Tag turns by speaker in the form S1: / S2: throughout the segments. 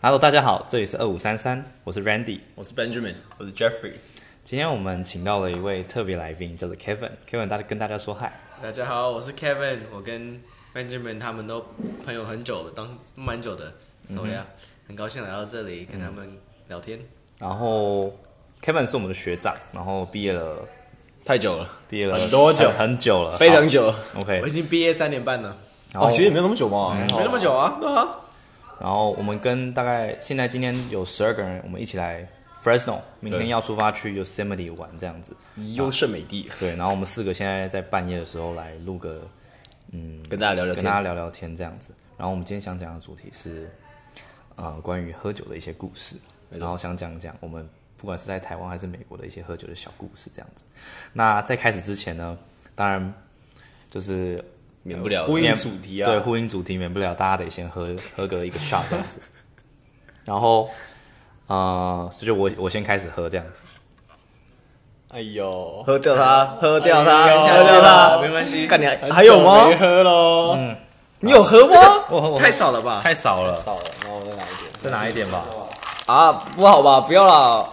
S1: Hello，大家好，这里是二五三三，我是 Randy。
S2: 我是 Benjamin，我是 Jeffrey。
S1: 今天我们请到了一位特别来宾，叫做 Kevin。Kevin，大家跟大家说嗨。
S3: 大家好，我是 Kevin，我跟 Benjamin 他们都朋友很久了，当蛮久的，
S2: 嗯
S3: 所以啊，很高兴来到这里跟他们聊天。
S2: 嗯
S1: 然后 Kevin 是我们的学长，然后毕业了，
S2: 太久了，
S1: 毕业了
S2: 很多久
S1: 很很久了，
S2: 非常久。
S1: 好 OK
S3: 我已。经毕业三年半了，
S1: 然后
S2: 哦，其实哦也没有那么久嘛，还好
S3: 没那么久啊，对啊，
S1: 然后我们跟大概现在今天有十二个人，我们一起来 Fresno，明天
S2: 对
S1: 要出发去 Yosemite 玩这样子。
S2: 优胜美地，
S1: 对，然后我们四个现在在半夜的时候来录个
S2: 跟大家聊聊
S1: 跟大家
S2: 天。
S1: 聊聊天这样子。然后我们今天想讲的主题是，呃，关于喝酒的一些故事，然后想讲讲我们不管是在台湾还是美国的一些喝酒的小故事这样子。那在开始之前呢，当然就是
S2: 免不了
S1: 呼应
S2: 主题
S1: 对，呼应主题啊免不了大家得先喝喝个一个 shot 这样子。 然后，呃，所以就我我先开始喝这样子。
S4: 哎呦，
S2: 喝掉它，喝掉它，
S4: 哎呦
S2: 喝
S3: 下去
S2: 掉
S3: 了，
S2: 它。
S3: 没关系，
S2: 看你还还有吗
S4: 没？喝喽，嗯，
S2: 你有喝吗？
S1: 我
S3: 太少了吧？
S1: 太少了，
S4: 少了，那我再拿一点。
S1: 再拿一点吧。
S2: 啊，不好吧，不要啦。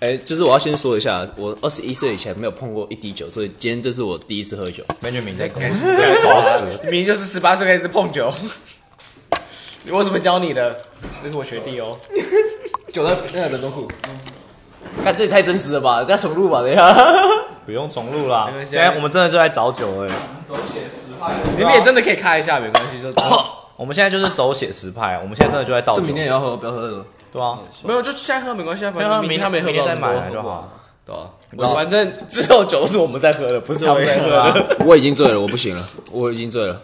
S2: 哎，就是我要先说一下，我二十一岁以前没有碰过一滴酒，所以今天这是我第一次喝酒。
S1: Benjamin 在公司在搞死。
S3: 明明就是十八岁开始碰酒，我怎么教你的？那是我学弟哦。
S4: 酒在那个冷冻库，
S2: 看这也太真实了吧，再重录吧，等一下。
S1: 不用重录啦
S3: 没，关系
S1: 现在我们真的就在找酒而已。
S2: 啊
S3: 你们也真的可以开一下，没关系，就
S2: 哦
S1: 我们现在就是走写实派，我们现在真的就在倒酒。
S2: 要喝，不要喝了。
S1: 对啊，
S3: 没有就现在喝没关系啊，反
S1: 没有啊
S3: 正明
S1: 明
S3: 天他们也喝不到
S1: 明天
S3: 那
S1: 再
S3: 么
S1: 买
S3: 多
S1: 啊就好。
S3: 对啊，我反正之后酒是我们在喝的，不是他们在喝
S1: 他们在喝
S3: 的。
S2: 我已经醉了，我不行了，我已经醉了。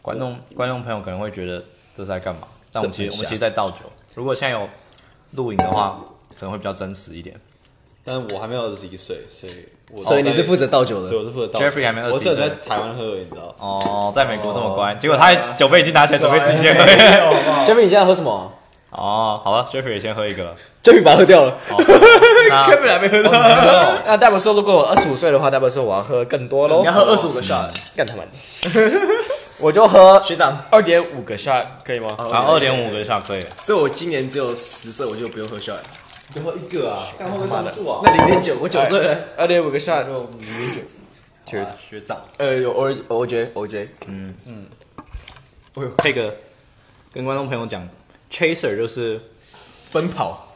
S1: 观众观众朋友可能会觉得这是在干嘛？但我们其实
S2: 这很
S1: 我们其实在倒酒。如果现在有录影的话，可能会比较真实一点。
S4: 但我还没有二十一岁，所以我
S2: 所以你是负责倒酒
S4: 对，
S2: 的，
S4: 我是负责倒。
S1: Jeffrey 还没21
S4: 我只有在
S1: 岁
S4: 台湾喝而已，你知道？
S1: 哦，啊在美国这么乖，结果他酒杯已经拿起来，准备自己先喝。
S2: Jeffrey 你现在喝什 么
S1: 哦，好了，Jeffrey 也先喝一 个了。
S2: ？Jeffrey 把它喝掉了。
S1: 那
S3: 还没喝到。那代表说，如果我二十五岁的话，代表说我要喝更多喽。
S2: 你要喝二十五个 shot，
S3: 干他们，我就喝
S2: 学长。
S4: 二点五个 shot 可以吗？
S1: 然后二点五个 shot 可以了。
S2: 所以我今年只有十岁，我就不用喝 shot，
S4: 就喝一个啊，
S2: 看会不会上树啊？那零点九，我九岁了。
S4: 二点五个 shot 就零点九。学长，
S2: 呃，有 O O J O J，
S1: 这个跟观众朋友讲，chaser 就是
S2: 奔跑，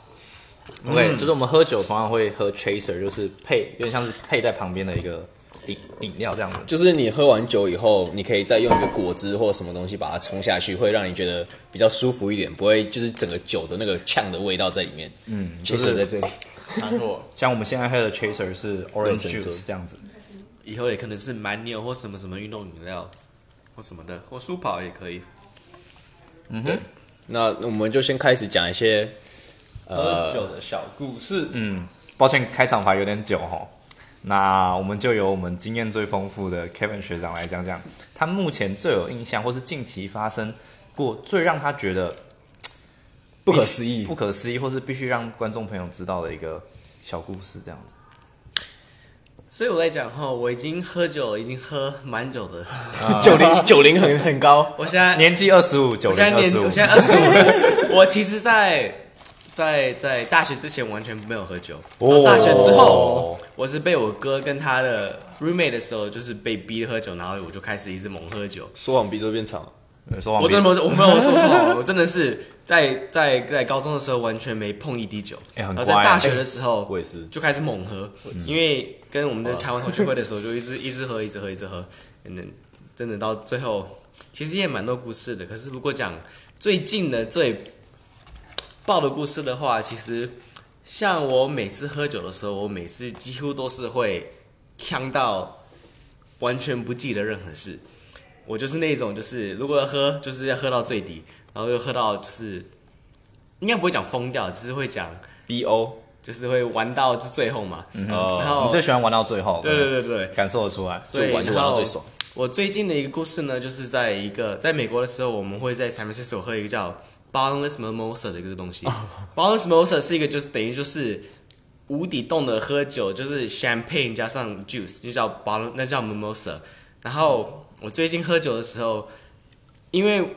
S1: OK，、就是我们喝酒通常会喝 chaser，就是配有点像是配在旁边的一个饮饮料这样子。
S2: 就是你喝完酒以后，你可以再用一个果汁或什么东西把它冲下去，会让你觉得比较舒服一点，不会就是整个酒的那个呛的味道在里面。嗯，确
S1: 就是
S2: 实在这里。
S4: 拿错。
S1: 像我们现在喝的 chaser 是 orange
S2: 橙汁
S1: juice 这样子，
S3: 以后也可能是蛮牛或什么什么运动饮料，或什么的，或舒跑也可以。
S2: 那我们就先开始讲一些
S4: 喝
S2: 呃，
S4: 酒的小故事，
S1: 嗯，抱歉开场白有点久哈。那我们就由我们经验最丰富的 Kevin 学长来讲讲，他目前最有印象或是近期发生过最让他觉得
S2: 不可思议
S1: 不。可思议，或是必须让观众朋友知道的一个小故事这样子。
S3: 所以我在讲哈，我已经喝酒，已经喝蛮久 的。
S2: 九零九零很很高，
S3: 我现在，
S1: 年纪二十五，九
S3: 我现
S1: 零
S3: 在
S1: 二十
S3: 年，
S1: 五
S3: 我，现在二十五。 我其实在，在在大学之前完全没有喝酒。
S1: 哦
S3: 大学之后，我是被我哥跟他的 roommate 的时候，就是被逼喝酒，然后我就开始一直猛喝酒。
S2: 说谎比做变长。
S1: 呃说谎
S3: 我
S1: 比
S3: 真的没有，我没有说错，我真的是在在在高中的时候完全没碰一滴酒，
S1: 哎很
S3: 然
S1: 乖
S3: 后在大学的时候，
S2: 我也是
S3: 就开始猛喝，因为跟我们的台湾同学会的时候就一直一直喝，一直喝，一直喝，真的真的到最后，其实也蛮多故事的。可是如果讲最近的最爆的故事的话，其实像我每次喝酒的时候，我每次几乎都是会呛到完全不记得任何事。我就是那种，就是如果要喝，就是要喝到最底，然后又喝到就是，应该不会讲疯掉，只是会讲
S2: B O，
S3: 就是会玩到就最后嘛。然
S2: 呃，
S3: 后
S1: 你最喜欢玩到最后，嗯
S3: 对对对对，
S1: 感受得出来。
S3: 所以
S2: 就玩就玩到最爽。
S3: 我最近的一个故事呢，就是在一个在美国的时候，我们会在 San Francisco 喝一个叫 Bottomless Mimosa 的一个东
S2: 哦
S3: 西。Bottomless Mimosa 是一个就是等于就是无底洞的喝酒，就是 champagne 加上 juice，就叫 bottom，那叫 mimosa。然后我最近喝酒的时候，因为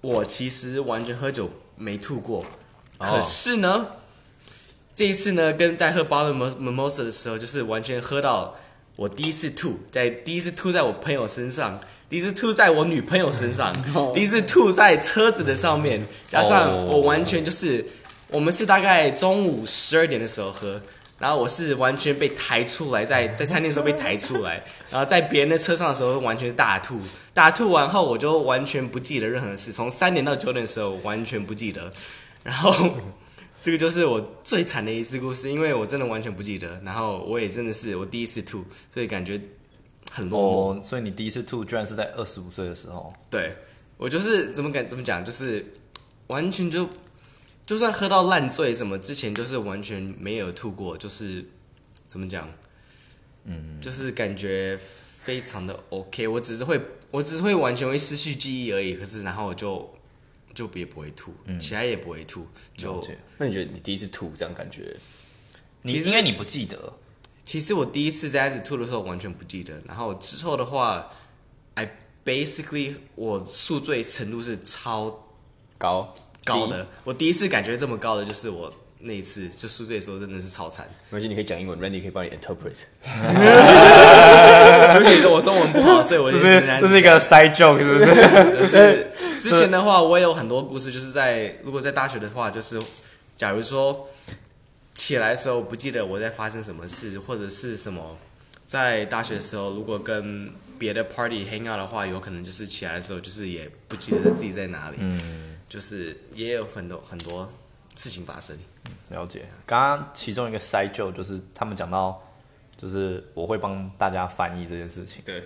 S3: 我其实完全喝酒没吐过，可是呢，这一次呢，跟在喝 b o t t l e mimosa 的时候，就是完全喝到我第一次吐，在第一次吐在我朋友身上。第一次吐在我女朋友身上，第一次吐在车子的上面，加上我完全就是，我们是大概中午十二点的时候喝，然后我是完全被抬出来，在在餐厅的时候被抬出来，然后在别人的车上的时候完全大吐，大吐完后我就完全不记得任何事，从三点到九点的时候我完全不记得，然后这个就是我最惨的一次故事，因为我真的完全不记得，然后我也真的是我第一次吐，所以感觉很落寞。
S1: 哦，所以你第一次吐居然是在二十五岁的时候，
S3: 对我就是怎么敢怎么讲，就是完全就就算喝到烂醉，什么之前就是完全没有吐过，就是怎么讲，嗯，就是感觉非常的 OK。我只是会，我只是会完全会失去记忆而已。可是然后我就就也不会吐，起来也不会吐，
S1: 嗯了
S3: 就
S1: 解
S2: 那你觉得你第一次吐这样感觉？
S1: 你因为你不记得，
S3: 其实我第一次在开始吐的时候完全不记得，然后之后的话，I basically 我宿醉程度是超
S2: 高
S3: 高，的。我第一次感觉这么高的就是我那一次就宿醉的时候真的是超 惨。
S2: 而且你可以讲英文，Randy 可以帮你 interpret。
S3: 而且我中文不好，所以我就很难
S1: 一个 side joke 是不是？
S3: 之前的话，我也有很多故事，就是在如果在大学的话，就是假如说起来的时候不记得我在发生什么事，或者是什么，在大学的时候如果跟别的 party hang out 的话，有可能就是起来的时候就是也不记得自己在哪里，嗯，就是也有很多很多事情发生。
S1: 了解。刚刚其中一个 side joke 就是他们讲到，就是我会帮大家翻译这件事情。
S2: 对，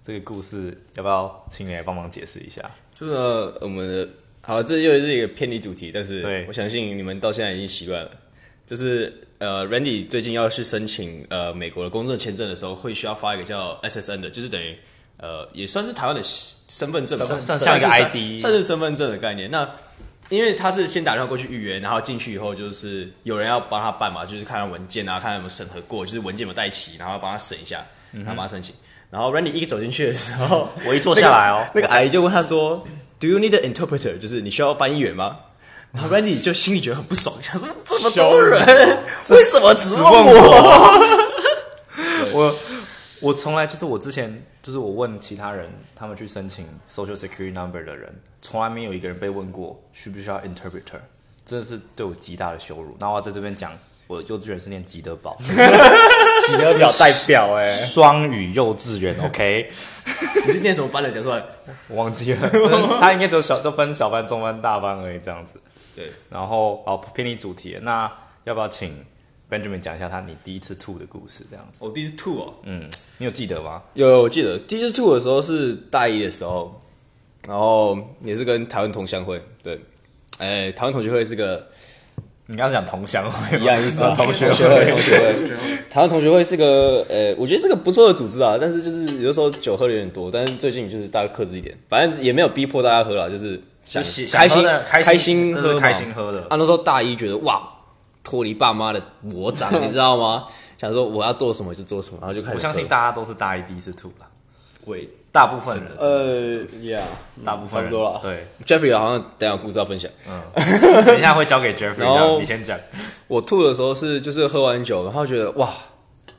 S1: 这个故事要不要请你来帮忙解释一下？
S2: 就是呢我们的好，这又是一个偏离主题，但是
S1: 对
S2: 我相信你们到现在已经习惯了。就是呃，Randy 最近要去申请呃美国的工作签证的时候，会需要发一个叫 SSN 的，就是等于呃也算是台湾的身份证吧，
S1: 算
S2: 算
S1: 算像一个
S2: 是
S1: ID
S2: 算是身份证的概念。那因为他是先打电话过去预约，然后进去以后就是有人要帮他办嘛，就是看他文件啊，看他有没有审核过，就是文件有没有带齐，然后帮他审一下，然后帮他申请。然后 Randy 一走进去的时候，
S1: 我一坐下来哦
S2: 那个那个阿姨就问他说：“Do you need an interpreter？” 就是你需要翻译员吗？然后 Randy 就心里觉得很不爽，想说这么多人，为什么只问我？
S1: 我我从来就是我之前就是我问其他人，他们去申请 Social Security Number 的人，从来没有一个人被问过需不需要 interpreter，真的是对我极大的羞辱。那我要在这边讲，我幼稚园是念吉德 堡，
S2: 你要表代表哎、
S1: 双语幼稚园，OK，
S2: 你是念什么班的？讲出来。
S1: 我忘记 了，他应该只有小就分小班、中班、大班而已这样子。
S2: 对，
S1: 然后哦，偏离主题了，那要不要请 Benjamin 讲一下他你第一次吐的故事这样子？
S2: 我第一次吐哦，
S1: 嗯，你有记得吗？
S2: 有有我记得第一次吐的时候是大一的时候，然后也是跟台湾同乡会，对，哎、台湾同学会是个
S1: 你刚刚讲同乡会吗，
S2: 一样意思 啊
S1: 同学
S2: 会，
S1: 会
S2: 同学会。台湾同学会是个，呃，我觉得是个不错的组织啊，但是就是有的时候酒喝的有点多，但是最近就是大家克制一点，反正也没有逼迫大家喝啦，就是想
S1: 就是
S2: 开
S1: 想喝
S2: 心
S1: 的开心
S2: 开心
S1: 这
S2: 喝
S1: 是
S2: 嘛，
S1: 开心喝的
S2: 啊，那时候大一觉得哇，脱离爸妈的 魔掌，你知道吗？想说我要做什么就做什么，然后就开始喝。
S1: 我相信大家都是大一第一次吐了，
S3: 喂，
S1: 大部分人，
S4: 呃，Yeah，
S1: 大部分人
S4: 差不多了
S1: 对，
S2: Jeffrey 好像等一下有故事要分享。
S1: 等一下会交给 Jeffrey，
S2: 然后
S1: 这样你先讲。
S2: 我吐的时候是就是喝完酒，然后觉得哇，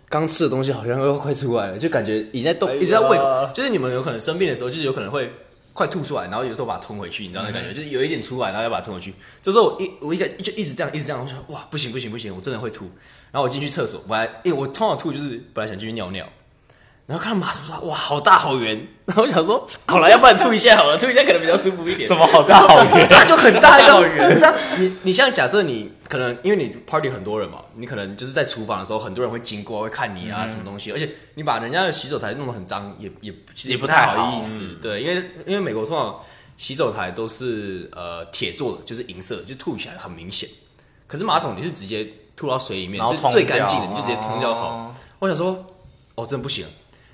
S2: 刚吃的东西好像又快出来了，就感觉已经在动，一直在胃口。哎就是你们有可能生病的时候，就是有可能会快吐出来，然后有时候把它吞回去，你知道那感觉，就是有一点出来，然后要把它吞回去。这时候我一我一个就一直这样一直这样，我想哇不行不行不行，我真的会吐。然后我进去厕所，本来因为我通常吐就是本来想进去尿尿。然后看到马桶说：“哇，好大好圆。”然后我想说：“好了，要不然吐一下好了，吐一下可能比较舒服一点。”
S1: 什么好大好圆？
S2: 它就很大一个 圆。这样，你你像假设你可能因为你 party 很多人嘛，你可能就是在厨房的时候，很多人会经过会看你
S1: 嗯
S2: 啊，什么东西，而且你把人家的洗手台弄得很脏，也也其实也
S1: 也不
S2: 太
S1: 太
S2: 好
S1: 好
S2: 意思。对，因为因为美国通常洗手台都是呃铁做的，就是银色的，就吐起来很明显。可是马桶你是直接吐到水里面，
S1: 然后
S2: 是
S1: 冲
S2: 最干净的，
S1: 掉
S2: 你就直接冲掉好。
S1: 哦
S2: 我想说，哦，真的不行。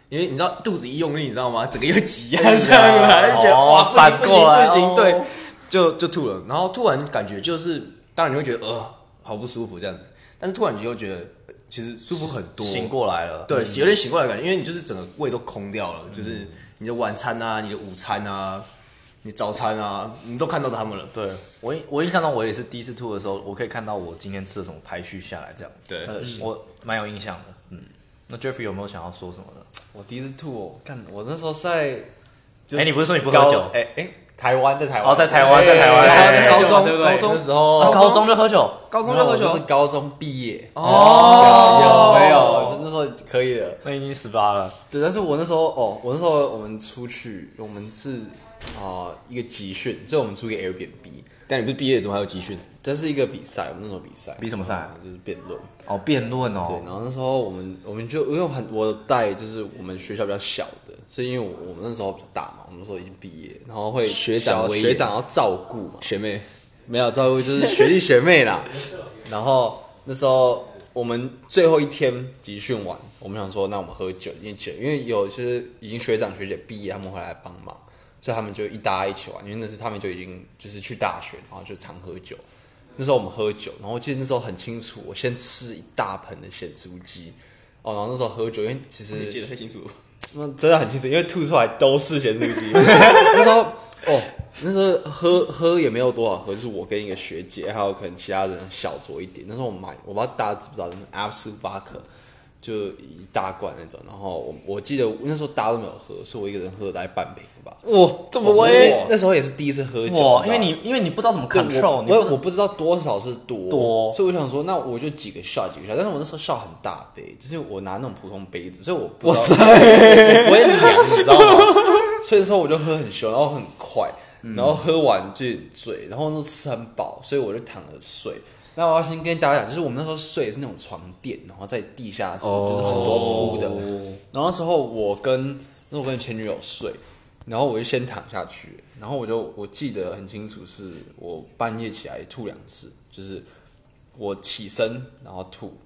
S2: 因为你知道肚子一用力，你知道吗？整个又挤压上来，就觉得哇，
S1: 哦
S2: 不行
S1: 反过来
S2: 不行不行，
S1: 哦
S2: 对，就就吐了，然后突然感觉就是，当然你会觉得呃好不舒服这样子，但是突然你又觉得呃其实舒服很多，
S1: 醒过来了，
S2: 对，有点醒过来的感觉，因为你就是整个胃都空掉了，就是你的晚餐啊，你的午餐啊，你早餐啊，你都看到他们了。对
S1: 我印我印象中，我也是第一次吐的时候，我可以看到我今天吃了什么排序下来这样子，
S2: 对，
S1: 我蛮有印象的。嗯，那 Jeffrey 有没有想要说什么的？
S4: 我第一次吐哦，干，我那时候是在就
S1: 哎，你不是说你不喝酒
S4: 高？哎哎，台湾在台湾
S1: 哦，在台湾，在台湾，
S4: 哎
S1: 哎
S4: 哎
S1: 哎
S4: 高
S1: 哎
S4: 中
S3: 对不对
S4: 高中的时候
S1: 啊，高中就喝酒，
S3: 高中
S4: 没有
S3: 就喝
S4: 我
S3: 酒
S4: 是，高中毕业
S2: 哦
S4: 有没有？就那时候可以了。
S1: 那已经十八了。
S4: 对，但是我那时候哦，我那时候我们出去，我们是啊、呃一个集训，所以我们租一个 Airbnb，
S2: 但你不是毕业怎么还有集训？
S4: 这是一个比赛，我们那时候比赛，
S1: 比什么赛
S4: 啊就是辩论。
S1: 哦，辩论
S4: 对，
S1: 哦，
S4: 然后那时候我们我们就因为我很我带就是我们学校比较小的，所以因为我我们那时候比较大嘛，我们那时候已经毕业，然后会
S2: 学长
S4: 小
S2: 威严
S4: 学长要照顾嘛，
S2: 学妹，
S4: 没有照顾就是学弟学妹啦。 然后那时候我们最后一天集训完，我们想说，那我们喝酒，因为酒，因为有就是已经学长学姐毕业，他们会来帮忙，所以他们就一大家一起玩，因为那时他们就已经就是去大学，然后就常喝酒。那时候我们喝酒，然后我记得那时候很清楚，我先吃一大盆的咸酥鸡，哦，然后那时候喝酒，因为其实
S2: 记得太清楚。
S4: 那真的很清楚，因为吐出来都是咸酥鸡。 那时候哦，那时候喝喝也没有多少喝，就是我跟一个学姐，还有可能其他人小酌一点。那时候我买，我不知道大家知不知道，那种 Absolute Vodka 就一大罐那种。然后我我记得那时候大家都没有喝，所以我一个人喝了大概半瓶吧。
S2: 哇，这么
S4: 我
S2: 威！
S4: 那时候也是第一次喝酒，
S1: 哇，因为
S4: 知道吗
S1: 你因为你不知道怎么
S4: 对
S1: control，你
S4: 我
S1: 不
S4: 我我不知道多少是多
S1: 多
S4: 所以我想说，那我就几个 shot 几个 shot，但是我那时候 shot 很大杯，就是我拿那种普通杯子，所以我不知道我也凉，你知道吗？ 所以那时候我就喝很凶，然后很快，然后喝完就有点醉，然后那时候吃很饱，所以我就躺着睡。那我要先跟大家讲，就是我们那时候睡是那种床垫，然后在地下室，就是很多铺的。然后那时候我跟那时候我跟前女友睡，然后我就先躺下去，然后我就我记得很清楚，是我半夜起来吐两次，就是我起身然后吐，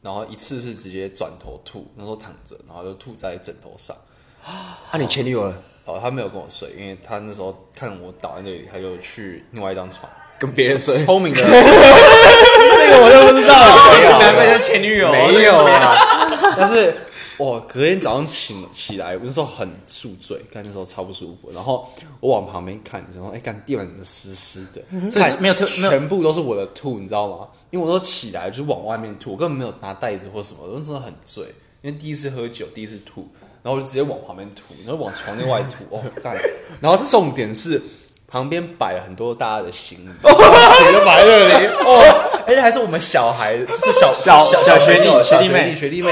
S4: 然后一次是直接转头吐，那时候躺着，然后就吐在枕头上。
S2: 啊，你前女友了，
S4: 哦，他没有跟我睡，因为他那时候看我倒在那里，他就去另外一张床。
S2: 跟别人睡，
S4: 聪明的，这个我就不知道了。
S2: 啊
S3: 难怪是前女友，
S4: 没有啦。 但是我隔天早上醒起来，我那时候很宿醉，干那时候超不舒服。然后我往旁边看，然后哎，干地板怎么湿湿的？
S1: 所以嗯没有特没有
S4: 全部都是我的吐，你知道吗？因为我都起来就是往外面吐，我根本没有拿袋子或什么，我那时候很醉，因为第一次喝酒，第一次吐，然后我就直接往旁边吐，然后往床内外吐，哦干！然后重点是。旁边摆了很多大家的行 李，整个摆在那里哦，而且还是我们小孩，就是小
S1: 小
S4: 小
S1: 小学弟
S4: 朋友
S1: 学
S4: 小
S1: 弟
S4: 弟
S1: 妹
S4: 学弟妹。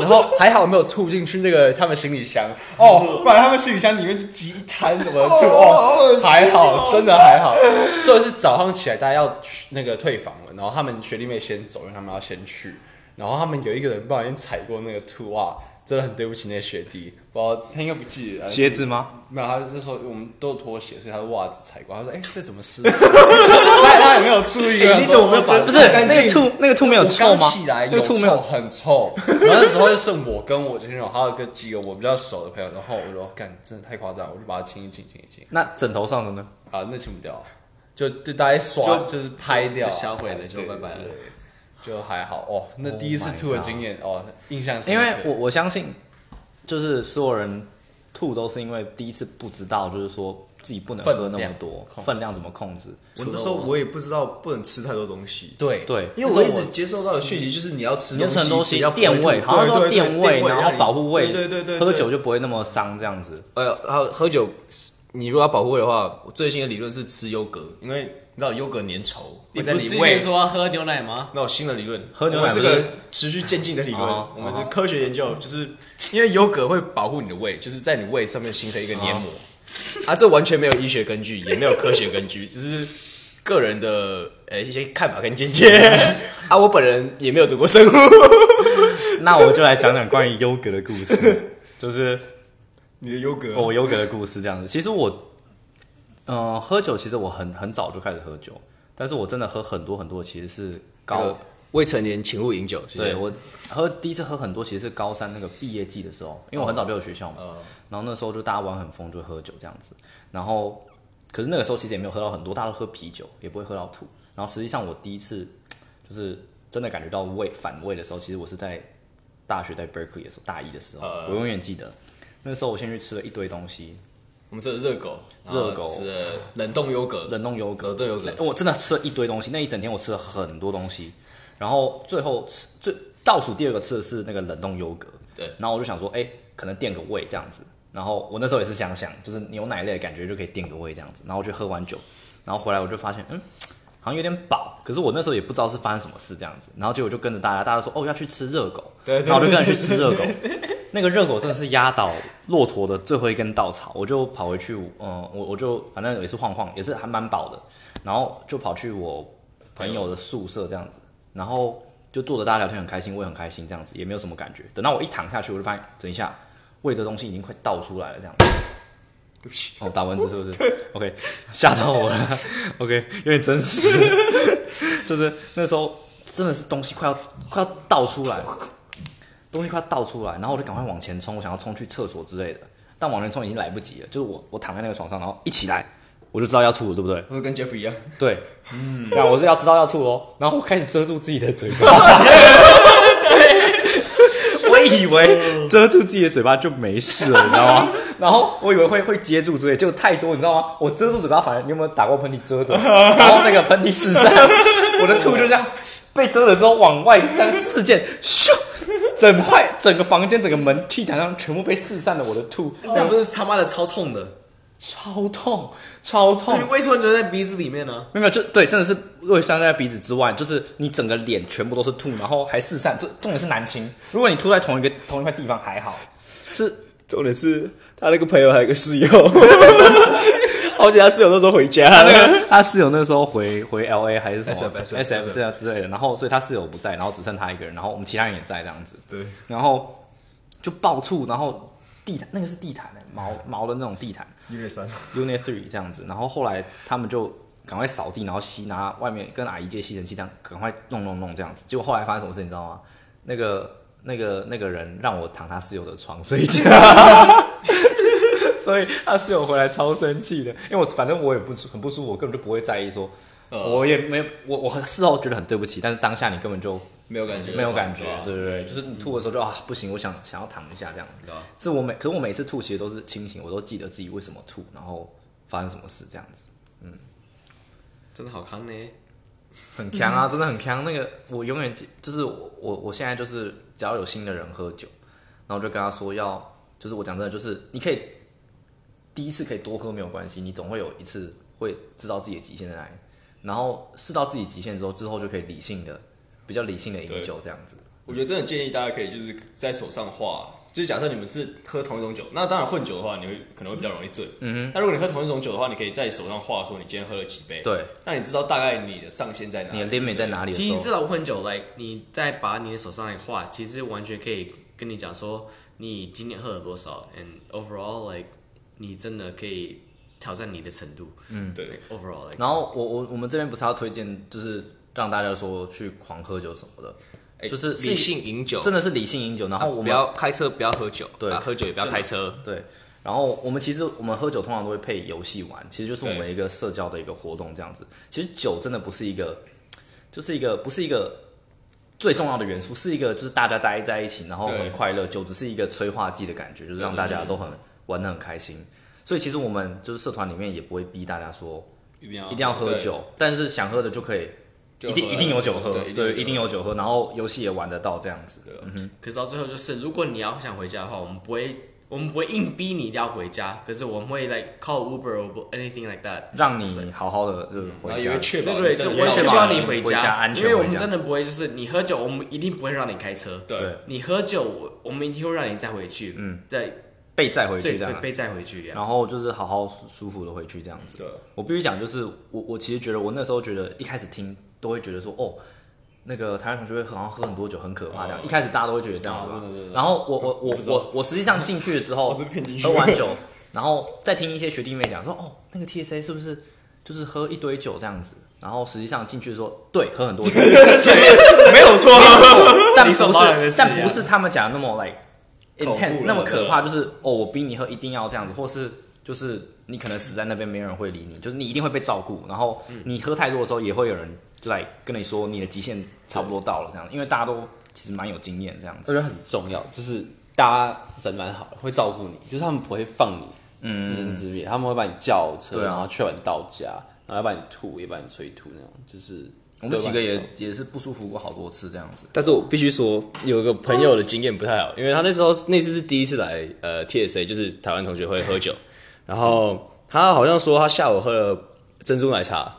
S4: 然后还好没有吐进去那个他们行李箱哦，不然他们行李箱里面就挤一滩什么吐哦，还好，真的还好。最后是早上起来大家要去那个退房了，然后他们学弟妹先走，因为他们要先去，然后他们有一个人不小心踩过那个吐啊，真的很对不起那些学弟，我他应该不记得
S1: 鞋子吗？
S4: 没有，他那时候我们都有拖鞋，所以他的袜子踩过。他说：“哎、这怎么湿湿 的？”他他也没有注意，啊
S1: 哎你怎么没有把
S4: 把
S1: 不是那个吐那个吐没有臭
S4: 我
S1: 吗
S4: 刚起来？
S1: 那
S4: 有
S1: 个吐没
S4: 臭，
S1: 有
S4: 很臭。 然后那时候就剩我跟我前女友，还有个几个我比较熟的朋友。然后我就说：“干，真的太夸张了！”我就把它清一清，清一清。
S1: 那枕头上的呢？
S4: 啊，那清不掉，就就大家刷，
S3: 就
S4: 就是拍掉，
S3: 就销毁了就
S4: 对
S3: 拜拜了
S4: 对对就还好哦。那
S1: Oh
S4: 第一次
S1: my
S4: 吐的
S1: God
S4: 经验哦，印象深
S1: 因
S4: 刻
S1: 为我我相信，就是所有人吐都是因为第一次不知道，就是说自己不能喝那
S4: 分
S1: 么
S4: 量
S1: 多
S4: 控，制
S1: 分量怎么控制？
S2: 我那时候我也不知道不能吃太多东西，
S4: 对
S1: 对，
S2: 因为我一直接受到的讯息就是你要吃
S1: 有很多
S2: 东
S1: 东
S2: 西，
S1: 西
S2: 要
S1: 垫胃，好像说垫胃，然后保护胃，
S2: 对对对，
S1: 喝酒就不会那么伤这样子。
S2: 呃，还有喝酒，你如果要保护胃的话，我最新的理论是吃优格，因为你知道优格粘稠，
S3: 你
S2: 会在
S3: 不是
S2: 你
S3: 之
S2: 胃
S3: 前。说要喝牛奶吗？
S2: 那有新的理论，
S1: 喝牛奶
S2: 我们是
S1: 不是
S2: 个持续渐进的理论
S1: 哦。
S2: 我们的科学研究就是因为优格会保护你的胃，就是在你胃上面形成一个黏膜。啊，这完全没有医学根据，也没有科学根据，只是个人的呃一些看法跟见解。啊，我本人也没有读过生物。
S1: 那我就来讲讲关于优格的故 事，就是哦
S2: 你的优格啊
S1: 我优格的故事这样子。其实我，嗯、喝酒其实我很很早就开始喝酒，但是我真的喝很多很多，其实是高、
S2: 未成年请勿饮酒。谢谢
S1: 对我喝第一次喝很多，其实是高三那个毕业季的时候，因为我很早就有学校嘛，
S2: 嗯
S1: 然后那时候就大家玩很疯，就喝酒这样子。然后，可是那个时候其实也没有喝到很多，大家都喝啤酒，也不会喝到吐。然后实际上我第一次就是真的感觉到胃反胃的时候，其实我是在
S2: 呃
S1: 大学在 Berkeley 的时候，大一的时候，我永远记得那时候我先去吃了一堆东西，
S2: 我们吃了热狗，然后
S1: 热狗
S2: 吃了冷冻优格，
S1: 冷冻优格，
S2: 冷冻优格
S1: 我真的吃了一堆东西，那一整天我吃了很多东西，然后最后吃最倒数第二个吃的是那个冷冻优格，
S2: 对
S1: 然后我就想说，哎、可能垫个胃这样子，然后我那时候也是这样想，就是牛奶类的感觉就可以垫个胃这样子，然后我就喝完酒，然后回来我就发现，嗯。好像有点饱，可是我那时候也不知道是发生什么事这样子，然后结果就跟着大家，大家说哦要去吃热狗，
S2: 对对
S1: 然后我就跟着去吃热狗， 那个热狗真的是压倒骆驼的最后一根稻草，我就跑回去，嗯、我我就反正也是晃晃，也是还蛮饱的，然后就跑去我朋友的宿舍这样子，然后就坐着大家聊天很开心，我也很开心这样子，也没有什么感觉。等到我一躺下去，我就发现，等一下胃的东西已经快倒出来了这样子。哦，打蚊子是不是？OK，吓到我了。OK，有点真实， 就是那时候真的是东西快要快要倒出来，东西快要倒出来，然后我就赶快往前冲，我想要冲去厕所之类的，但往前冲已经来不及了，就是我我躺在那个床上，然后一起来我就知道要吐了，对不对？
S2: 我跟 Jeff 一样，
S1: 对，嗯，那我是要知道要吐哦，然后我开始遮住自己的嘴巴，我以为遮住自己的嘴巴就没事了，你知道吗？然后我以为会会接住之类，结果太多，你知道吗？我遮住嘴巴，反而你有没有打过喷嚏遮着？然后那个喷嚏四散，我的吐就这样被遮了之后往外这样四溅，咻，整块整个房间整个门地毯上全部被四散的我的吐，
S3: 这样不是他妈的超痛的，
S1: 超痛超痛
S3: 你，胃酸就在鼻子里面呢。
S2: 啊
S1: 没有，没有，就对，真的是胃酸在鼻子之外，就是你整个脸全部都是吐，然后还四散，重重点是难清。如果你吐在同一个同一块地方还好，是
S4: 重点是他那个朋友还有个室友，而且他室友那时候回家
S1: 他
S4: 了
S1: 啊那。个他室友那时候回回 L A 还是什么
S2: SF
S1: S F 这样之类的，然后所以他室友不在，然后只剩他一个人，然后我们其他人也在这样子，
S2: 对，
S1: 然后就爆吐，然后地毯那个是地毯、欸、毛毛的那种地毯，
S2: 有点酸。
S1: Unit Three 这样子，然后后来他们就赶快扫地，然后吸拿外面跟阿姨借吸尘器，这样赶快弄弄弄这样子。结果后来发生什么事你知道吗？那个那个那个人让我躺他室友的床睡觉， 所以他室友回来超生气的，因为我反正我也不很不舒服，我根本就不会在意说，我也没有我我事后觉得很对不起，但是当下你根本就
S2: 没有感觉，
S1: 没有感觉
S2: 对吧，
S1: 对对对，就是你吐的时候就啊不行，我想想要躺一下这样子
S2: 对啊。
S1: 是我每，可是我每次吐其实都是清醒，我都记得自己为什么吐，然后发生什么事这样子，
S3: 真的好康呢。
S1: 很强啊，真的很强。那个我永远记，就是我我我现在就是只要有新的人喝酒，然后就跟他说要，就是我讲真的，就是你可以第一次可以多喝没有关系，你总会有一次会知道自己的极限在哪里，然后试到自己极限之后，之后就可以理性的比较理性的饮
S2: 对
S1: 酒这样子。
S2: 我觉得真的建议大家可以就是在手上画，就是假设你们是喝同一种酒，那当然混酒的话，你会可能会比较容易醉。嗯哼。但如果你喝同一种酒的话，你可以在手上画说你今天喝了几杯，，
S1: 对，
S2: 那你知道大概你的上限在哪
S1: 你
S2: 里
S1: 的 limit 在哪里的
S3: 其
S1: 时
S3: 实
S1: 候
S3: 至，少很久，like 你再把你的手上来画，其实完全可以跟你讲说你今天喝了多少，and overall like 你真的可以挑战你的程度。嗯，
S2: 对
S3: overall like
S1: 然后我我我们这边不是要推荐，就是让大家说去狂喝酒什么的，
S2: 哎
S1: 就是
S4: 理性饮酒，
S1: 真的是理性饮酒。然后啊我
S2: 啊
S4: 不
S1: 们、
S4: 要开车，不要喝酒，
S1: 对
S4: 啊喝酒也不要开车。
S1: 对，然后我们其实我们喝酒通常都会配游戏玩，其实就是我们
S2: 对
S1: 一个社交的一个活动这样子。其实酒真的不是一个，就是一个不是一个最重要的元素，是一个就是大家待在一起，然后
S2: 对
S1: 很快乐。酒只是一个催化剂的感觉，就是让大家都很玩的很开心。所以其实我们就是社团里面也不会逼大家说
S2: 一定要
S1: 一定要喝，酒，但是想喝的就可以，
S2: 对
S1: 一定一定有啊酒喝，
S2: 对，
S1: 对，一定
S2: 有
S1: 有酒喝，然后游戏也玩得到这样子。
S3: 可是到最后就是，如果你要想回家的话，我们不会，我们不会硬逼你一定要回家，可是我们会 like call Uber or anything like that。
S1: 让你好好的就是
S2: 酒，嗯然后
S1: 回
S2: 也会
S1: 家。
S2: 确
S3: 对
S2: 保
S3: 不对？
S2: 你真
S3: 就
S2: 的
S3: 我
S1: 要
S3: 希
S1: 确保
S3: 望
S1: 你
S3: 你回
S1: 回家安全
S3: 因为我
S1: 回
S3: 们
S1: 家
S3: 真的不会，就是你喝酒，我们一定不会让你开车。
S1: 对
S2: 对，
S3: 你喝酒，我我们一定会让你再回去。嗯，对，
S1: 被载回去
S3: 对
S1: 这
S3: 对，
S1: 样，
S3: 被载回去呀。
S1: 然后就是好好舒舒服的回去这样子。
S2: 对，
S1: 我必须讲，就是我我其实觉得我那时候觉得一开始听都会觉得说哦。那个台湾同学会好像喝很多酒，很可怕这样。一开始大家都会觉得这样子
S2: 哦
S1: 吧
S2: 啊真的真。的
S1: 然后我我
S2: 我
S1: 我
S2: 不知道
S1: 我我实际上进去了之后，
S2: 我是骗进去
S1: 喝完酒，然后再听一些学弟妹讲说，哦，那个 TSA 是不是就是喝一堆酒这样子？然后实际上进去的时候，对，喝很多酒，
S2: 没有错，
S1: 但
S3: 理所
S1: 不
S3: 当然的
S1: 是，
S3: 事
S1: 但不
S3: 呀
S1: 是他们讲的那么 like
S2: 恐怖
S1: intense
S2: 了
S1: 那么可怕，就是哦，我逼你喝一定要这样子，或是就是你可能死在那边，没有人会理你，就是你一定会被照顾，然后你喝太多的时候，也会有人就来跟你说你的极限差不多到了这样，因为大家都其实蛮有经验这样子。
S4: 我觉得很重要，就是大家人蛮好的，会照顾你，就是他们不会放你自生自灭，他们会把你叫车，
S1: 对啊
S4: 然后去把你到家，然后要把你吐，也把你催吐那种， 就是
S1: 我们几
S4: 都
S1: 个
S4: 会把你
S1: 也也是不舒服过好多次这样子。
S2: 但是我必须说，有一个朋友的经验不太好，因为他那时候那次是第一次来呃 TSA，就是台湾同学会喝酒，然后他好像说他下午喝了珍珠奶 茶，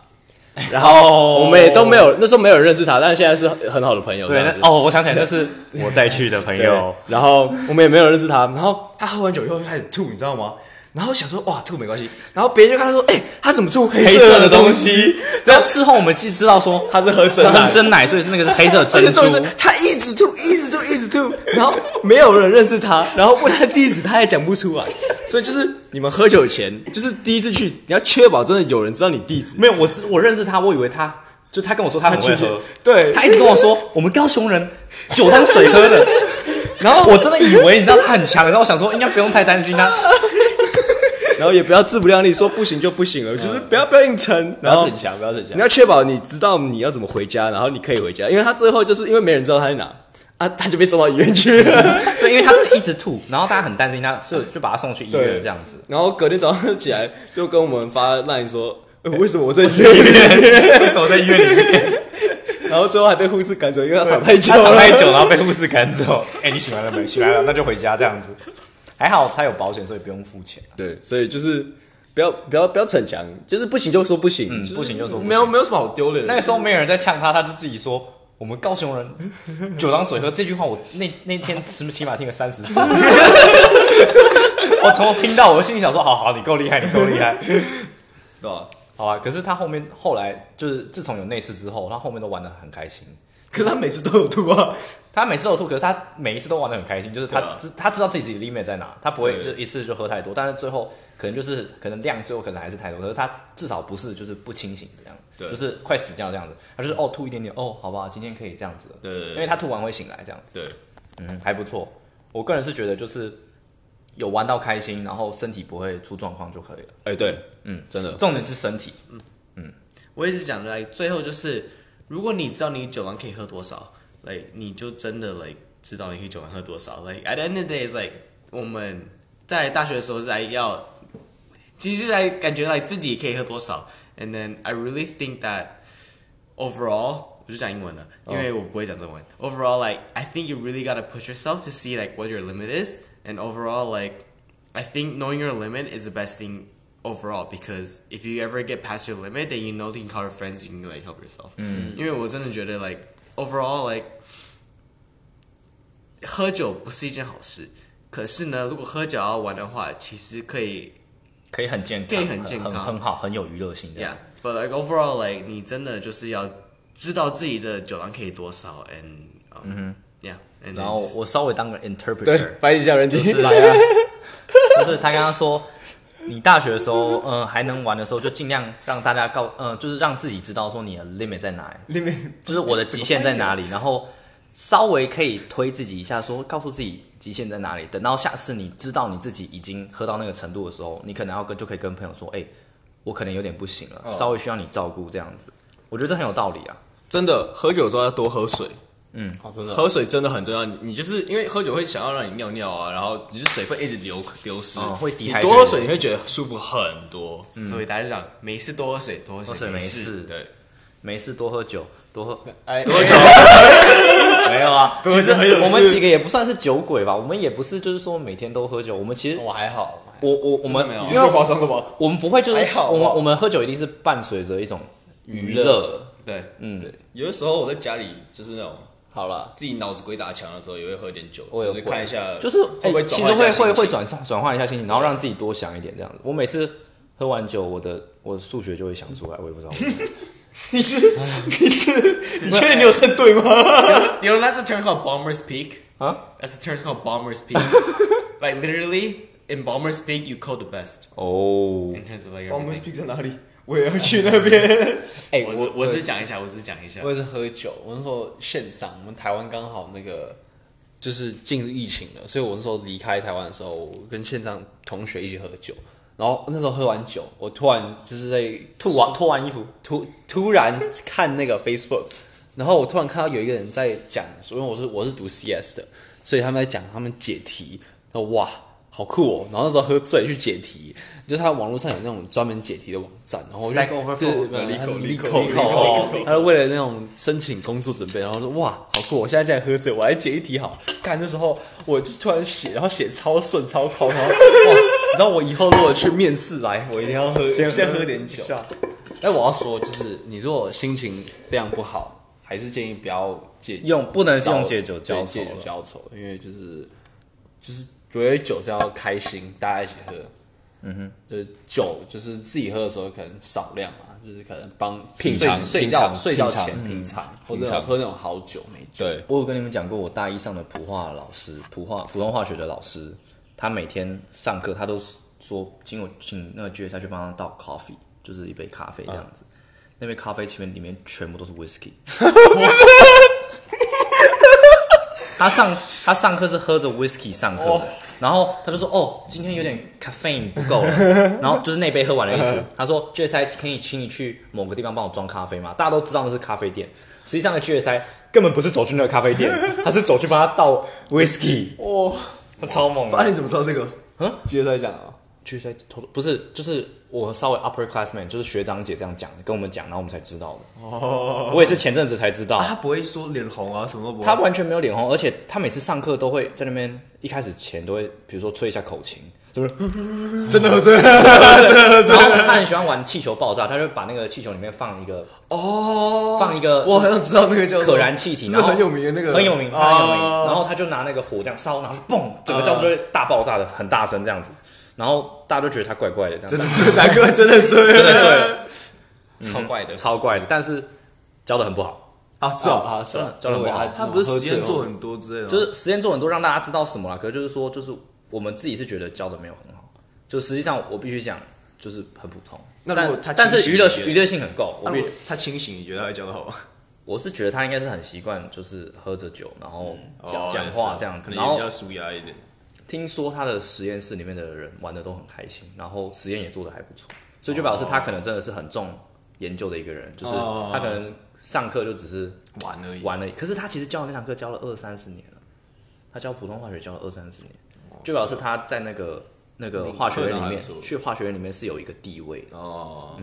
S2: 然后我们也都没有，那时候没有人认识他，但是现在是很好的朋友这
S1: 对，
S2: 样子。
S1: 那哦，我想起来，那 是我带去的朋
S2: 对
S1: 友，
S2: 然后我们也没有认识他，然后他喝完酒以后就开始吐，你知道吗？然后想说哇吐没关系，然后别人就看他说，哎、他怎么吐黑
S1: 黑
S2: 色
S1: 色的
S2: 东
S1: 东西。然后事后我们既知道说
S2: 他是喝真
S1: 他
S2: 奶
S1: 是，真奶，所以那个是黑色的
S2: 而且
S1: 珍珠
S2: 重。点是 他一直吐，一直吐，一直吐，然后没有人认识他，然后问他地址，他也讲不出来。所以就是你们喝酒前，就是第一次去，你要确保真的有人知道你地址。
S1: 没有，我知我认识他，我以为他就他跟我说他很会喝，
S2: 对，
S1: 他一直跟我 说我们高雄人酒当水喝 的，然后我真的以为你知道他很强，然后我想说应该不用太担 心他，
S2: 然后也不要自不量力，说不行就不行了，就是不要不要硬撑，
S4: 不
S2: 然
S4: 要
S2: 后
S4: 逞强，不要逞强
S2: 你。要确保你知道你要怎么回家，然后你可以回家，因为他最后就是因为没人知道他在哪啊，他就被送到医院去了。
S1: 对，因为他真的一直吐，然后大家很担心他，所以就把他送去医
S2: 对
S1: 院这样子。
S2: 然后隔天早上起来就跟我们发烂说、呃为什么我在这里？
S1: 为什么在医院里面
S2: 然后最后还被护士赶走，因为他躺太久
S1: 他
S2: 了。
S1: 躺太久，然后被护士赶走？哎、你醒来了没？醒来了，那就回家这样子。还好他有保险，所以不用付钱。
S2: 对，所以就是不要不要不要逞强，就是不行就说不行，
S1: 嗯
S2: 是
S1: 不行就说不行啊
S2: 没有没有什么好丢脸的。
S1: 那个时候没有人在呛他，他就自己说：“我们高雄人酒当水喝。”这句话我那那天起起码听了三十次。 我从头听到，我心里想说：“好好，你够厉害，你够厉害。
S2: 对吧？”
S1: 好啊，可是他后面后来就是自从有那次之后，他后面都玩的很开心。
S2: 可是他每次都有吐啊，
S1: 他每次都有吐，可是他每一次都玩的很开心，就是他
S2: 对啊
S1: 知、他知道自己自己 limit 在哪，他不会
S2: 对
S1: 就一次就喝太多，但是最后可能就是可能量最后可能还是太多，可是他至少不是就是不清醒的这样，
S2: 对
S1: 就是快死掉这样子，他就是哦吐一点点哦，好不好，今天可以这样子了，
S2: 对对对
S1: 因为他吐完会醒来这样子，
S2: 对，
S1: 嗯，还不错，我个人是觉得就是有玩到开心，然后身体不会出状况就可以了，
S2: 哎对，
S1: 嗯，
S2: 真的
S1: 重点是身体，
S3: 我一直讲的来，最后就是，如果你知道你酒量可以喝多少，来、你就真的来、知道你可以酒量喝多少。来、like, at the end of the day is like 我们在大学的时候是来要，其实来感觉来自己可以喝多少。And then I really think that overall 我就讲英文了，因为我不会讲中文。overall like I think you really gotta push yourself to see like what your limit is, and overall like I think knowing your limit is the best thing overall because if you ever get past your limit, then you know that you can call your friends, you can like help yourself. 因为我真的觉得 like overall like 喝酒不是一件好事，可是呢，如果喝酒要玩的话，其实可以
S1: 可以很健康，
S3: 可以很健康
S1: 很很好，很有娱乐性这样
S3: Yeah, but like overall, like 你真的就是要知道自己的酒量可以多少，and 嗯、um, yeah, and
S1: Mm-hmm. 然后我稍微当个 interpreter，
S2: 对，哎翻译一下人听。
S1: 是来啊，就是他刚刚说，你大学的时候，嗯、还能玩的时候，就尽量让大家告，嗯、就是让自己知道说你的 limit 在哪里，
S2: 里面
S1: 就是我的极限在哪里，然后稍微可以推自己一下说告诉自己极限在哪里。等到下次你知道你自己已经喝到那个程度的时候，你可能要跟就可以跟朋友说，哎、我可能有点不行了，稍微需要你照顾这样子。我觉得这很有道理啊。
S2: 真的喝酒的时候要多喝水，
S1: 嗯
S4: 好，真的。
S2: 喝水真的很重要。你你就是因为喝酒会想要让你尿尿啊，然后你就是水分一直流流失，
S1: 嗯会
S2: 你
S1: dehydrate
S2: 多喝水你会觉得舒服很多。
S1: 嗯
S3: 所以大家讲没事多喝水，多喝
S1: 喝水
S3: 没
S1: 没事，
S2: 对，
S1: 没事多喝酒，多喝
S2: 哎，
S1: 没有啊，
S2: 对
S1: 其实
S2: 很有事
S1: 我们几个也不算是酒鬼吧，我们也不是就是说每天都喝酒，我们其实
S4: 我还好，我还好
S1: 我我我们
S2: 你
S1: 因为
S2: 做夸张了吧？
S1: 我们不会就是
S4: 还
S2: 啊
S4: 好吧
S1: 我们我们喝酒一定是伴随着一种娱乐，
S2: 对，
S1: 嗯，
S2: 有的时候我在家里就是那种
S4: 好了，
S2: 自己脑子鬼打墙的时候，也会喝点酒，
S4: 我也
S2: 就
S4: 会
S2: 是看一下，
S1: 就是
S2: 会不会
S1: 哎其
S2: 转
S1: 实
S2: 换
S1: 会会
S2: 一下心情
S1: 会转转换一下心情，然后让自己多想一点这样子。我每次喝完酒，我的我的数学就会想出来，我也不知道为 什么。
S2: 你是你是你确定你有正对吗？
S3: You know that's a term called Bomber's Peak.
S1: 啊
S3: That's a term called Bomber's Peak. like literally in Bomber's Peak, you call the best
S1: 哦，
S3: in terms of like
S2: 我们
S3: everything.
S2: 去在哪里？我也要去那边。
S4: 哎，
S3: 我
S4: 我
S3: 我只是讲一下，我只是讲一下
S4: 我。也是喝酒，我那时候线上，我们台湾刚好那个就是进入疫情了，所以我那时候离开台湾的时候，我跟线上同学一起喝酒，然后那时候喝完酒，我突然就是在
S1: 吐完脱完衣服，
S4: 突突然看那个 Facebook，然后我突然看到有一个人在讲，因为我是我是读 CS 的，所以他们在讲他们解题，然后哇，好酷哦！然后那时候喝醉去解题，就是他网络上有那种专门解题的网站，然后我就
S2: Stack Overflow
S4: 对
S2: 对
S4: 对，口利
S2: ，Lico，
S4: 口
S2: Lico，Lico，
S4: 他是为了那种申请工作准备，然后说哇好酷！我现在竟然喝醉，我来解一题好。干那时候我就突然写，然后写超顺超快，然后哇！你知道我以后如果去面试来，我一定要喝，先喝点酒。但我要说，就是你如果心情非常不好，还是建议不要戒酒
S1: 用不能
S4: 少
S1: 用戒酒
S4: 对
S1: 浇愁
S4: 戒酒
S1: 了
S4: 浇愁，因为就是就是觉得酒是要开心，大家一起喝。嗯哼，就是酒，就是自己喝的时候可能少量嘛，就是可能帮
S1: 品
S4: 睡
S1: 尝
S4: 睡
S1: 品
S4: 觉
S1: 尝
S4: 睡觉
S1: 品尝嗯
S4: 前品尝，或
S1: 品
S4: 者
S1: 尝
S4: 喝那种好酒美酒。
S1: 对，我有跟你们讲过，我大一上的普化老师，普化普通化学的老师，他每天上课他都说请我请那个 G S 去帮他倒 coffee，就是一杯咖啡这样子。那杯咖啡前面里面全部都是 whisky。他上他上课是喝着 whisky 上课的然后他就说：“哦，今天有点 caffeine 不够了。”然后就是那杯喝完的意思。他说：“GSI 可以请你去某个地方帮我装咖啡吗？”大家都知道那是咖啡店，实际上的 GSI 根本不是走去那个咖啡店，他是走去帮他倒 whisky。
S4: 哦，
S1: 他超猛
S2: 爸，
S1: 的。
S2: 你怎么知道这个？
S4: 接着再讲啊，
S1: GSI 偷偷不是，就是我稍微 upper classman，就是学长姐这样讲跟我们讲，然后我们才知道的。哦，我也是前阵子才知道。
S2: 啊，他不会说脸红啊，什么都不会。
S1: 他完全没有脸红，而且他每次上课都会在那边一开始前都会，比如说吹一下口琴，就是
S2: 真的喝醉了，
S1: 然后他很喜欢玩气球爆炸，他就把那个气球里面放一个
S2: 哦，
S1: 放一个
S2: 我好像知道那个叫什么
S1: 可 燃气体，
S2: 是
S1: 然后
S2: 很有名的那个，
S1: 很有名，他很有名。
S2: 哦
S1: 然后他就拿那个火这样烧，然后就嘣，整个教室就会大爆炸的很大声这样子，然后大家都觉得他怪怪的这样，
S2: 真的醉，南哥真的醉，
S1: 真的醉了，
S4: 超怪的
S1: 嗯超怪的，但是教的很不好，
S2: 啊！是哦，
S4: 啊，是啊，
S1: 教得很好
S2: 他不是
S5: 哦
S2: 实验做很多之类的吗，
S1: 就是实验做很多让大家知道什么啦，可是就是说就是我们自己是觉得教的没有很好，就实际上我必须讲就是很普通，
S2: 那如
S1: 但
S2: 果他
S1: 但
S2: 清
S1: 是
S2: 醒
S1: 娱乐
S2: 一点
S1: 娱乐性很够，我
S2: 啊
S1: 必
S2: 如
S1: 须
S2: 果他清醒，你觉得他会教的好吗？
S1: 我是觉得他应该是很习惯，就是喝着酒，然后讲
S2: 哦
S1: 讲、
S2: 也是
S1: 话这样子。
S2: 可
S1: 然
S2: 能也比
S1: 后
S2: 较舒压一点。
S1: 听说他的实验室里面的人玩的都很开心，然后实验也做的还不错，所以就表示他可能真的是很重研究的一个人，就是
S2: 哦
S1: 他可能上课就只是
S2: 玩而已。
S1: 玩而已。可是他其实教那堂课教了二三十年了，他教普通化学教了二三十年，就表示他在那个那个化学院里
S2: 那还
S1: 面
S2: 不错，
S1: 去化学院里面是有一个地位的。
S2: 哦，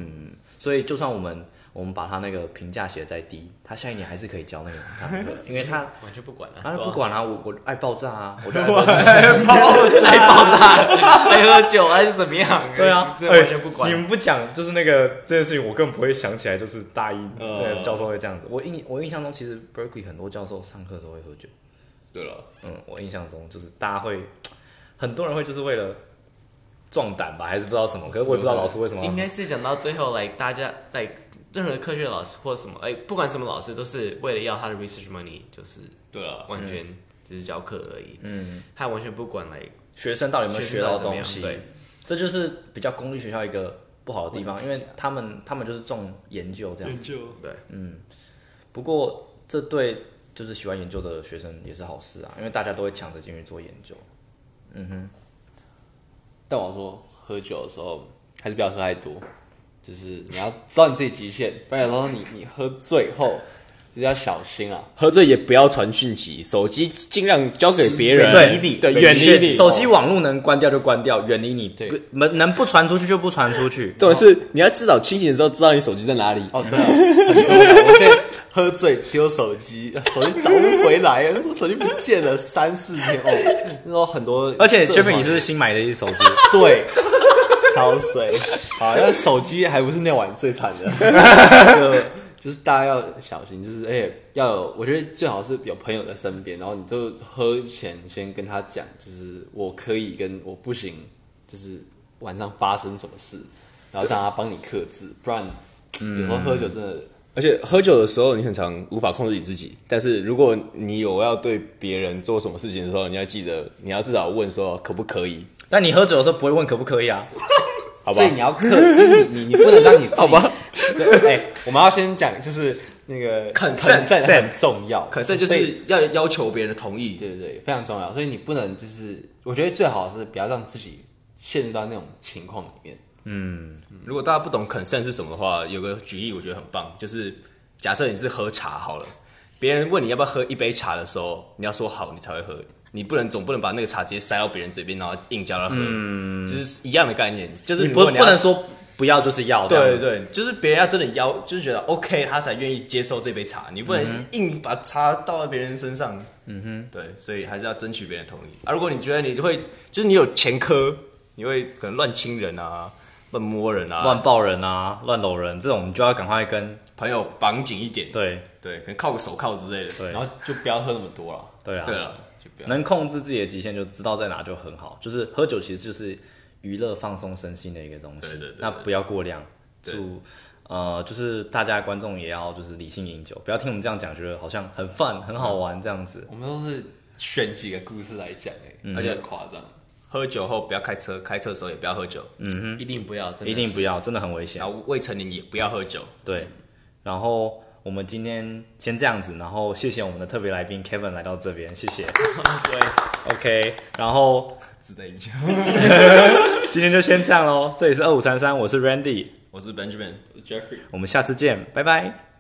S1: 所以就算我们我们把他那个评价写得再低，他下一年还是可以教那个堂 课，因为他
S3: 完全不管了、
S1: 他
S3: 对
S1: 就
S3: 啊
S1: 不管啦、我我爱爆炸啊，我就爱爆炸。
S3: 爱爆炸，爱喝酒还是怎么样？
S1: 对啊，
S3: 这完全不管
S1: 哎你。们不讲，就是那个这件事情，我更不会想起来，就是大一
S3: 哦
S1: 那个教授会这样子。我印我印象中，其实 Berkeley 很多教授上课都会喝酒。
S4: 对了，
S1: 嗯，我印象中就是大家会，很多人会就是为了壮胆吧，还是不知道什么，可是我也不知道老师为什么要
S3: 应该是讲到最后来大家来任何科学老师或什么，哎、不管什么老师，都是为了要他的 research money，就是
S2: 对啊，
S3: 完全
S1: 嗯
S3: 只是教课而已。嗯，他完全不管来
S1: 学生到底有没有
S3: 学
S1: 学
S3: 生到
S1: 到
S3: 底怎么
S1: 东
S3: 样
S1: 西。
S3: 对，
S1: 这就是比较公立学校一个不好的地方，因为他们他们就是重研究这样。嗯
S2: 究
S3: 对，
S1: 不过这对就是喜欢研究的学生也是好事啊，因为大家都会抢着进去做研究。
S4: 但我说喝酒的时候还是不要喝太多，就是你要知道你自己极限，不然有时候你你喝醉后就是要小心啊。
S5: 喝醉也不要传讯息，手机尽量交给别人，
S1: 对
S5: 对，远离你。
S1: 手机网络能关掉就关掉，远离你，
S4: 对
S1: 不能能不传出去就不传出去。
S5: 重点是你要至少清醒的时候知道你手机在哪里。
S4: 哦，真的很重要。我现在喝醉丢手机，手机找不回来，那时候手机不见了三四天哦。那时候很多，
S1: 而且 Jeffrey，你是不是新买的一只手机？
S4: 对，超水。好，那手机还不是那晚最惨的，就就是大家要小心，就是而且要有，我觉得最好是有朋友在身边，然后你就喝前先跟他讲，就是我可以跟我不行，就是晚上发生什么事，然后让他帮你克制，不然有时候喝酒真的。
S5: 而且喝酒的时候，你很常无法控制你自己。但是如果你有要对别人做什么事情的时候，你要记得，你要至少问说可不可以，
S1: 但你喝酒的时候不会问可不可以啊？
S5: 好吧
S4: 所以？你要克，就是你你你不能让你自己。好吧，哎、我们要先讲，就是那个
S2: Consent
S4: 很重要，
S2: 可是就
S4: 所以
S2: 是要要求别人的同意。
S4: 对对对，非常重要。所以你不能就是，我觉得最好是不要让自己陷入到那种情况里面。
S2: 如果大家不懂 consent 是什么的话，有个举例我觉得很棒，就是假设你是喝茶好了，别人问你要不要喝一杯茶的时候，你要说好，你才会喝。你不能总不能把那个茶直接塞到别人嘴边，然后硬叫他喝，嗯，就是一样的概念，就是
S1: 你
S2: 如
S1: 不
S2: 果你
S1: 不
S2: 要
S1: 能说不要就是要，这样
S2: 对
S1: 子
S2: 对，就是别人要真的要，就是觉得 OK，他才愿意接受这杯茶，你不能硬把茶倒在别人身上。嗯哼，对，所以还是要争取别人同意。啊，如果你觉得你会，就是你有前科，你会可能乱亲人啊，乱摸人啊，
S1: 乱抱人啊，乱搂人这种，你就要赶快跟
S2: 朋友绑紧一点，
S1: 对
S2: 对，可能靠个手铐之类的。
S1: 对
S4: 然后就不要喝那么多了。
S1: 对啊，
S2: 对啊，
S4: 就不要。
S1: 能控制自己的极限就知道在哪就很好。就是喝酒其实就是娱乐放松身心的一个东西，
S2: 对对对
S1: 那不要过量。祝呃，就是大家观众也要就是理性饮酒，不要听我们这样讲，觉得好像很 fun 很好玩这样子。
S4: 我们都是选几个故事来讲、哎、
S6: 嗯
S4: 而且很夸张。
S2: 喝酒后不要开车，开车的时候也不要喝酒，
S6: 一定不要，真的
S1: 嗯一定不要，真的很危险
S2: 然。后未成年也不要喝酒。
S1: 对，然后我们今天先这样子，然后谢谢我们的特别来宾 Kevin 来到这边，谢谢。对，OK，然后
S2: 自带影响。
S1: 今天就先这样喽。这里是二五三三，我是 Randy，
S2: 我是 Benjamin。
S4: Jeffrey，
S1: 我们下次见，拜拜。